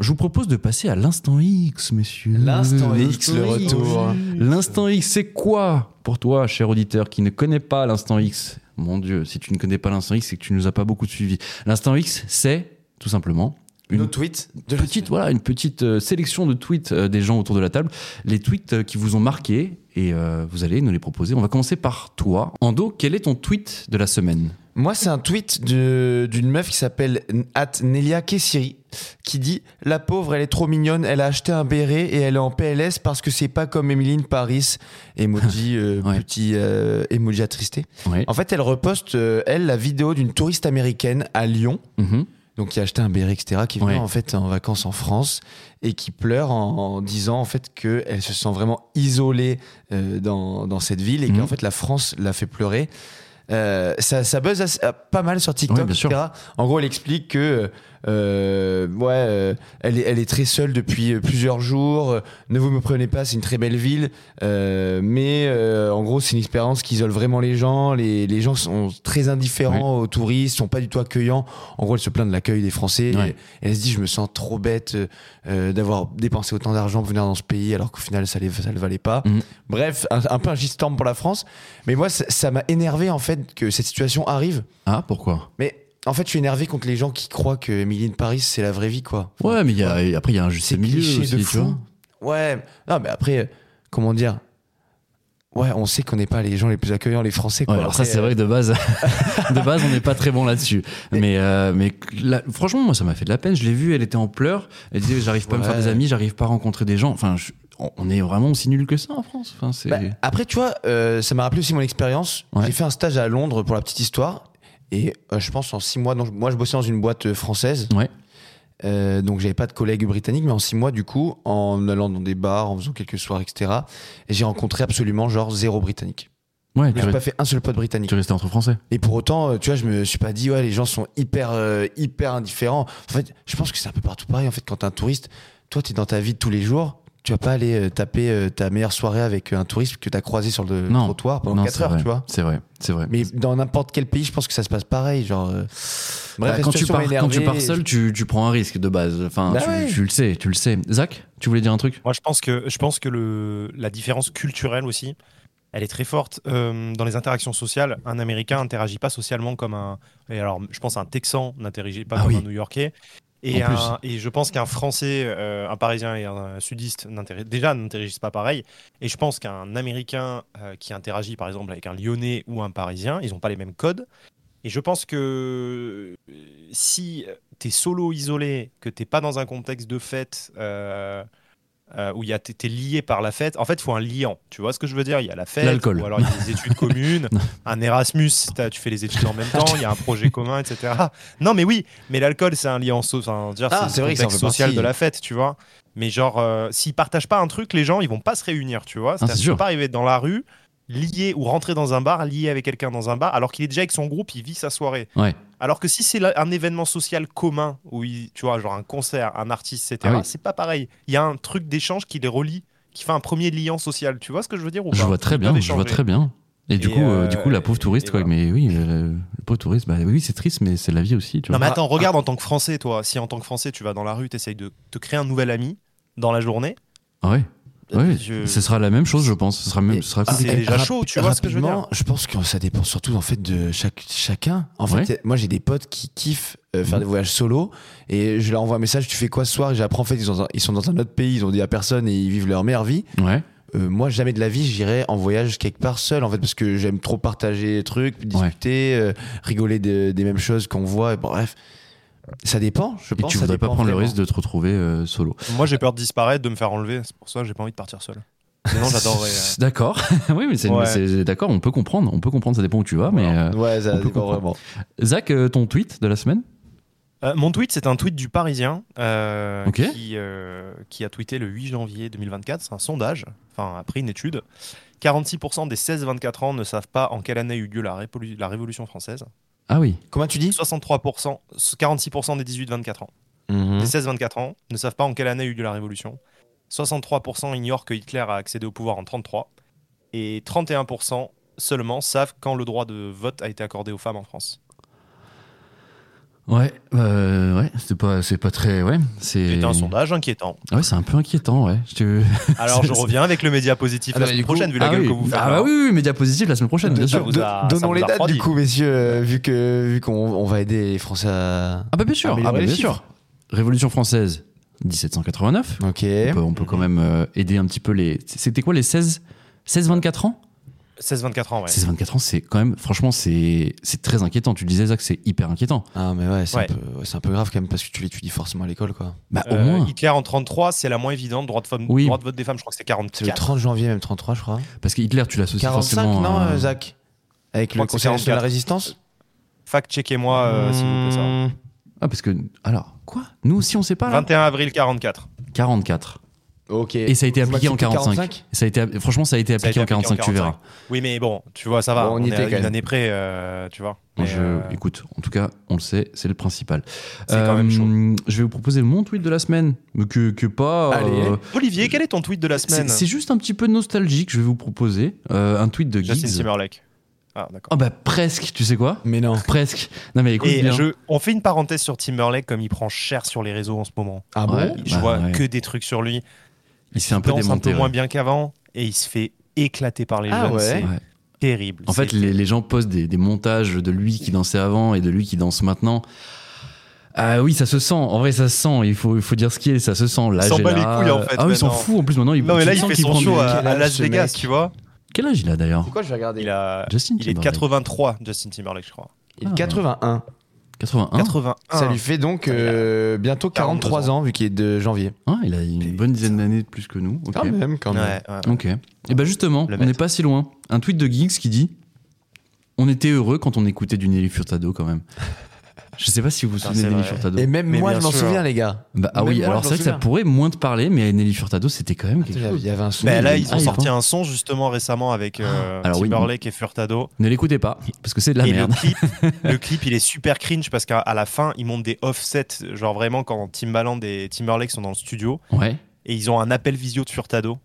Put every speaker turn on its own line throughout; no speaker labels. Je vous propose de passer à l'instant X, messieurs.
L'instant X, le
X.
retour.
L'instant X, c'est quoi pour toi, cher auditeur, qui ne connaît pas l'instant X Mon Dieu, si tu ne connais pas l'instant X, c'est que tu nous as pas beaucoup suivis. L'instant X, c'est tout simplement une
Nos tweets de la
petite, voilà, une petite euh, sélection de tweets euh, des gens autour de la table, les tweets euh, qui vous ont marqué et euh, vous allez nous les proposer. On va commencer par toi. Ando, quel est ton tweet de la semaine
Moi, c'est un tweet de- d'une meuf qui s'appelle N- at Nelia Kessiri qui dit La pauvre, elle est trop mignonne, elle a acheté un béret et elle est en PLS parce que c'est pas comme Emeline Paris. Emoji, euh,
Ouais.
petit euh, emoji attristé.
Ouais.
En fait, elle reposte, euh, elle, la vidéo d'une touriste américaine à Lyon,
Mhm.
donc qui a acheté un béret, etc., qui
Ouais.
vient en fait en vacances en France et qui pleure en, en disant en fait qu'elle se sent vraiment isolée euh, dans, dans cette ville et
Mhm.
qu'en fait la France la fait pleurer. Euh, ça, ça buzz assez- ah, pas mal sur TikTok,
Ouais, bien sûr.
etc. En gros, elle explique que euh, ouais, euh, elle, est, elle est très seule depuis euh, plusieurs jours. Euh, Ne vous me prenez pas, c'est une très belle ville, Euh, mais euh, en gros, c'est une expérience qui isole vraiment les gens. Les, les gens sont très indifférents aux touristes, sont pas du tout accueillants. En gros, elle se plaint de l'accueil des Français.
Ouais.
Et elle se dit, je me sens trop bête euh, euh, d'avoir dépensé autant d'argent pour venir dans ce pays, alors qu'au final, ça ne ça le valait pas.
Mhm.
Bref, un, un peu un shitstorm pour la France. Mais moi, ça- ça m'a énervé en fait que cette situation arrive.
Ah, pourquoi
Mais en fait, je suis énervé contre les gens qui croient que Emily de Paris, c'est la vraie vie, quoi.
Ouais, mais il y a- après, il y a un juste
c'est
milieu
cliché
aussi,
de
tu vois.
fou. Ouais, non, mais après, euh, comment dire Ouais, on sait qu'on n'est pas les gens les plus accueillants, les Français, quoi.
Ouais, alors ça
Après, euh,
c'est vrai que de base, de base on n'est pas très bon là-dessus. Mais euh, mais là, franchement moi ça m'a fait de la peine. Je l'ai vue, elle était en pleurs. Elle disait j'arrive pas à me faire
Ouais.
des amis, j'arrive pas à rencontrer des gens. Enfin je- on- on est vraiment aussi nul que ça en France. Enfin c'est.
Bah, après, tu vois, euh, ça m'a rappelé aussi mon expérience.
Ouais.
J'ai fait un stage à Londres pour la petite histoire. Et euh, je pense en six mois, donc, moi je bossais dans une boîte euh, française.
Ouais.
Euh, donc j'avais pas de collègues britanniques, mais en six mois, du coup, en allant dans des bars, en faisant quelques soirs, etc., j'ai rencontré absolument genre zéro britannique.
ouais. Tu,
J'ai
re-
pas fait un seul pote britannique.
tu restais entre Français.
Et pour autant, euh, tu vois, je me suis pas dit, ouais, les gens sont hyper, euh, hyper indifférents. En fait, je pense que c'est un peu partout pareil. En fait, quand t'es un touriste, toi, t'es dans ta vie de tous les jours. Tu vas pas aller euh, taper euh, ta meilleure soirée avec un touriste que t'as croisé sur le
Non.
trottoir pendant
Non,
4
c'est
heures,
vrai.
tu vois.
C'est vrai, c'est vrai.
Mais dans n'importe quel pays, je pense que ça se passe pareil. Genre, euh,
Bah,
bref, la
quand, tu
situation m'a
pars, quand tu
énervé.
pars seul, tu, tu prends un risque de base. Enfin,
Bah
tu,
ouais.
tu le sais, tu le sais. Zach, tu voulais dire un truc
Moi, je pense que, je pense que le, la différence culturelle aussi, elle est très forte. Euh, dans les interactions sociales, un Américain n'interagit pas socialement comme un. Et alors, je pense un Texan n'interagit pas
Ah
comme
oui.
un New Yorkais. Et,
En plus.
un- et je pense qu'un Français, euh, un Parisien et un Sudiste n'interagissent- déjà n'interagissent pas pareil. Et je pense qu'un Américain euh, qui interagit par exemple avec un Lyonnais ou un Parisien, ils n'ont pas les mêmes codes. Et je pense que euh, si t'es solo isolé, que t'es pas dans un contexte de fête euh, euh, où il y a- t'es t'es lié par la fête, en fait, il faut un liant. Tu vois ce que je veux dire Il y a la fête,
L'alcool.
ou alors il y a des études communes, un Erasmus, t'as- tu fais les études en même temps, il y a un projet commun, etc. Non, mais oui, mais l'alcool, c'est un lien so- enfin, dire,
Ah,
c'est
c'est
le
vrai que ça en
contexte
fait
social
partie.
de la fête, tu vois. Mais genre, euh, s'ils partagent pas un truc, les gens, ils vont pas se réunir, tu vois. C'est-à-dire
Ah, c'est
tu
sûr.
peux pas arriver dans la rue lié ou rentrer dans un bar, lié avec quelqu'un dans un bar, alors qu'il est déjà avec son groupe, il vit sa soirée.
Ouais.
Alors que si c'est là un événement social commun, où il, tu vois, genre un concert, un artiste, etc.,
Ah oui.
c'est pas pareil. Il y a un truc d'échange qui les relie, qui fait un premier lien social. Tu vois ce que je veux dire ou
Je
bah, pas
vois très
Ils
bien,
peuvent
je vois
échanger.
très bien. Et, du
Et,
coup, euh,
euh,
du coup, la pauvre
et-
touriste,
et
quoi.
voilà.
Mais oui, euh, le pauvre touriste, bah oui, c'est triste, mais c'est la vie aussi, tu vois.
Non mais attends, regarde en tant que Français, toi, si en tant que Français tu vas dans la rue, t'essayes de te créer un nouvel ami dans la journée,
Ah ouais. Ouais,
Je-
ce sera la même chose, je pense. Ce sera même,
Et-
ce sera
Ah,
c'est
compliqué.
mais
déjà
rap-
chaud, tu vois ce que je veux dire.
rapidement, Je pense que ça dépend surtout en fait de chaque chacun. En fait,
Ouais.
y a- moi j'ai des potes qui kiffent euh, faire
Mhm.
des voyages solo et je leur envoie un message tu fais quoi ce soir Et j'apprends en fait ils sont, dans un- ils sont dans un autre pays, ils ont dit à personne et ils vivent leur meilleure vie.
Ouais.
Euh, moi jamais de la vie j'irai en voyage quelque part seul en fait parce que j'aime trop partager des trucs, discuter, euh, rigoler de- des mêmes choses qu'on voit. et bref, ça dépend. Je
Et
pense.
tu
ça
voudrais pas
dépend
prendre le
vraiment.
risque de te retrouver euh, solo.
moi j'ai peur de disparaître, de me faire enlever, c'est pour ça que j'ai pas envie de partir seul. Sinon j'adorerais. euh,
D'accord. oui, mais c'est,
Ouais.
c'est- d'accord. On peut comprendre. On peut comprendre. Ça dépend où tu vas. Mais euh,
Ouais, ça
on peut
dépend
comprendre.
vraiment.
Zach, euh, ton tweet de la semaine.
Euh, mon tweet, c'est un tweet du Parisien euh,
Ok.
qui, euh, qui a tweeté le 8 janvier 2024. C'est un sondage, enfin, après une étude. 46% des 16-24 ans ne savent pas en quelle année a eu lieu la, répolu- la Révolution française.
Ah oui.
Comment tu dis
63%, 46% des 18-24 ans.
Mmh.
Les 16-24 ans ne savent pas en quelle année a eu lieu la Révolution. 63% ignorent que Hitler a accédé au pouvoir en 33. Et 31% seulement savent quand le droit de vote a été accordé aux femmes en France.
Ouais, euh, ouais, c'est pas, c'est pas très, ouais, c'est.
C'était un sondage inquiétant.
Ouais, c'est un peu inquiétant, ouais. Je te-
Alors je reviens avec le média positif
Ah,
la
bah,
semaine
du coup-
prochaine, vu la
ah
gueule
oui.
que vous faites.
Ah
là.
bah oui, oui, média positif la semaine prochaine,
Ah,
bien sûr.
vous a- ça
donnons
vous
les
a
dates
refroidi.
du coup, messieurs, euh, vu que vu qu'on on va aider les Français à.
Ah bah bien sûr,
Améliorer
ah bah,
les
bien
chiffres.
sûr. Révolution française, 1789.
Ok.
On peut, on peut quand même euh, aider un petit peu les. C'était quoi les 16, 16, 24 ans
16-24 ans, ouais.
16, 24 ans, c'est quand même, franchement, c'est, c'est très inquiétant. Tu le disais Zach, c'est hyper inquiétant.
Ah mais ouais, c'est
Ouais.
un peu, ouais, c'est un peu grave quand même parce que tu l'étudies forcément à l'école quoi.
Bah au
Euh,
moins,
Hitler en 33, c'est la moins évidente. Droit de, femme,
Oui.
droit de vote des femmes, je crois que c'est
C'est le
44.
30 janvier même 33 je crois.
parce que Hitler, tu l'associes
45
forcément.
non
à-
euh, Zach. Avec
crois
le
que c'est
Conseil national de la
44.
résistance.
Fact-checkez-moi, euh, s'il vous plaît, ça.
Hmm.
Ah parce que alors quoi Nous aussi, on sait pas. Là
21 avril 44.
44.
Ok.
Et ça a été
Vous
appliqué en
m'acceptez
45.
45?
Ça a été, franchement, ça a été
Ça a
appliqué
été
en
appliqué en
45, tu verras.
45. Oui, mais bon, tu vois, ça va.
Bon, on y
on est
était
à
quand
une
même.
année près, euh, tu vois.
Bon,
Mais,
je-
euh,
Écoute, en tout cas, on le sait, c'est le principal. Euh,
C'est quand même
Je vais vous proposer mon tweet de la semaine, mais que, que pas. euh,
Allez.
Olivier, quel est ton tweet de la semaine
c'est c'est juste un petit peu nostalgique, je vais vous proposer euh, un tweet de
Justin
Gigs.
Timberlake. Ah, d'accord.
Ah bah presque, tu sais quoi
Mais non.
Presque. Non mais écoute
Et
bien.
je- on fait une parenthèse sur Timberlake, comme il prend cher sur les réseaux en ce moment.
Ah bon
Ouais.
Je
Bah,
vois
ouais.
que des trucs sur lui.
Il s'est un peu
danse
démonté.
un peu
ouais.
moins bien qu'avant et il se fait éclater par les
Ah
jeunes.
ouais.
C'est
Ouais.
terrible.
En fait,
C'est-
les, les gens postent des, des montages de lui qui dansait avant et de lui qui danse maintenant. Ah oui, ça se sent. En vrai, ça se sent. Il faut, il faut dire ce qui est. Ça se sent. Là,
s'en
j'ai
bat les
là-
couilles, en fait,
Ah oui, il s'en
maintenant.
fout. En plus, maintenant, il,
non, mais
tu
là, il
sens
fait
qu'il
son
prend du-
show à, à
Quel âge,
Las
ce
Vegas,
mec
tu vois.
Quel âge il a d'ailleurs
Pourquoi je vais regarder
Il, a,
Justin
Ah, il est de
Timberlake.
83, Justin Timberlake, je crois.
Il
Ah.
est 81.
81.
81.
Ça lui fait donc
Ah, il a
euh, bientôt 43 ans vu qu'il est de janvier.
Hein, il a une bonne dizaine d'années de plus que nous. Ok.
Ah,
Quand même, quand
Ouais,
même.
ouais.
Ok. Et bah justement,
Le
on n'est
maître.
pas si loin. Un tweet de Geeks qui dit On était heureux quand on écoutait du Nelly Furtado quand même. Je sais pas si vous vous
Putain,
souvenez de
c'est
Nelly
vrai.
Furtado.
Et même
Mais
moi,
bien
je m'en
sûr.
souviens, les gars.
Bah, ah
Même
oui,
moi,
alors c'est
je m'en
vrai que ça
souviens.
pourrait moins te parler, mais Nelly Furtado, c'était quand
Ah,
même quelque
Il y avait-
chose.
il y avait un
Mais
souvenir.
Ben, là, ils ont
Ah, il est
sorti
pas.
un son justement récemment avec euh,
Alors oui.
Timberlake et Furtado.
Ne l'écoutez pas, parce que c'est de la
et
merde.
le clip, le clip, il est super cringe parce qu'à à la fin, ils montent des offsets. Genre vraiment, quand Timbaland et Timberlake sont dans le studio
Ouais.
et ils ont un appel visio de Furtado.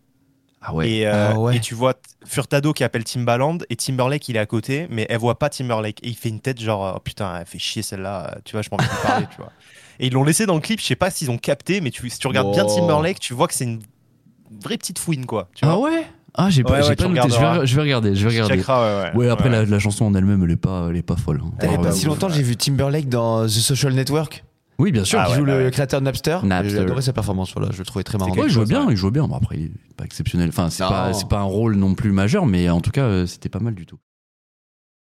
Ah ouais.
Et, euh,
Ah ouais.
et tu vois t- Furtado qui appelle Timbaland et Timberlake il est à côté mais elle voit pas Timberlake et il fait une tête genre oh, putain elle fait chier celle-là euh, tu vois je m'en vais plus parler tu vois et ils l'ont laissé dans le clip je sais pas s'ils ont capté mais tu, si tu regardes bien
Wow.
Timberlake tu vois que c'est une vraie petite fouine quoi tu vois
ah ouais Ah, j'ai pas,
Ouais,
j'ai
ouais,
pas
tu
noté. Je vais,
regarderas.
je vais regarder, je vais
Tu
regarder.
checkeras, ouais,
Ouais,
ouais.
après La,
Ouais.
la chanson en elle-même, elle est pas, elle est pas folle. hein.
Il y a
Ah
pas
ouais.
si longtemps, j'ai vu Timberlake dans The Social Network,
Oui, bien sûr.
Ah
qui
ouais,
joue
bah
le
ouais.
créateur de Napster.
Napster.
J'ai adoré sa performance, voilà, je le trouvais très marrant.
Ah Ouais, il jouait
chose,
bien,
ouais.
il jouait bien. Bon, après, il est pas exceptionnel. Enfin, c'est
Non.
pas, c'est pas un rôle non plus majeur, mais en tout cas, euh, c'était pas mal du tout.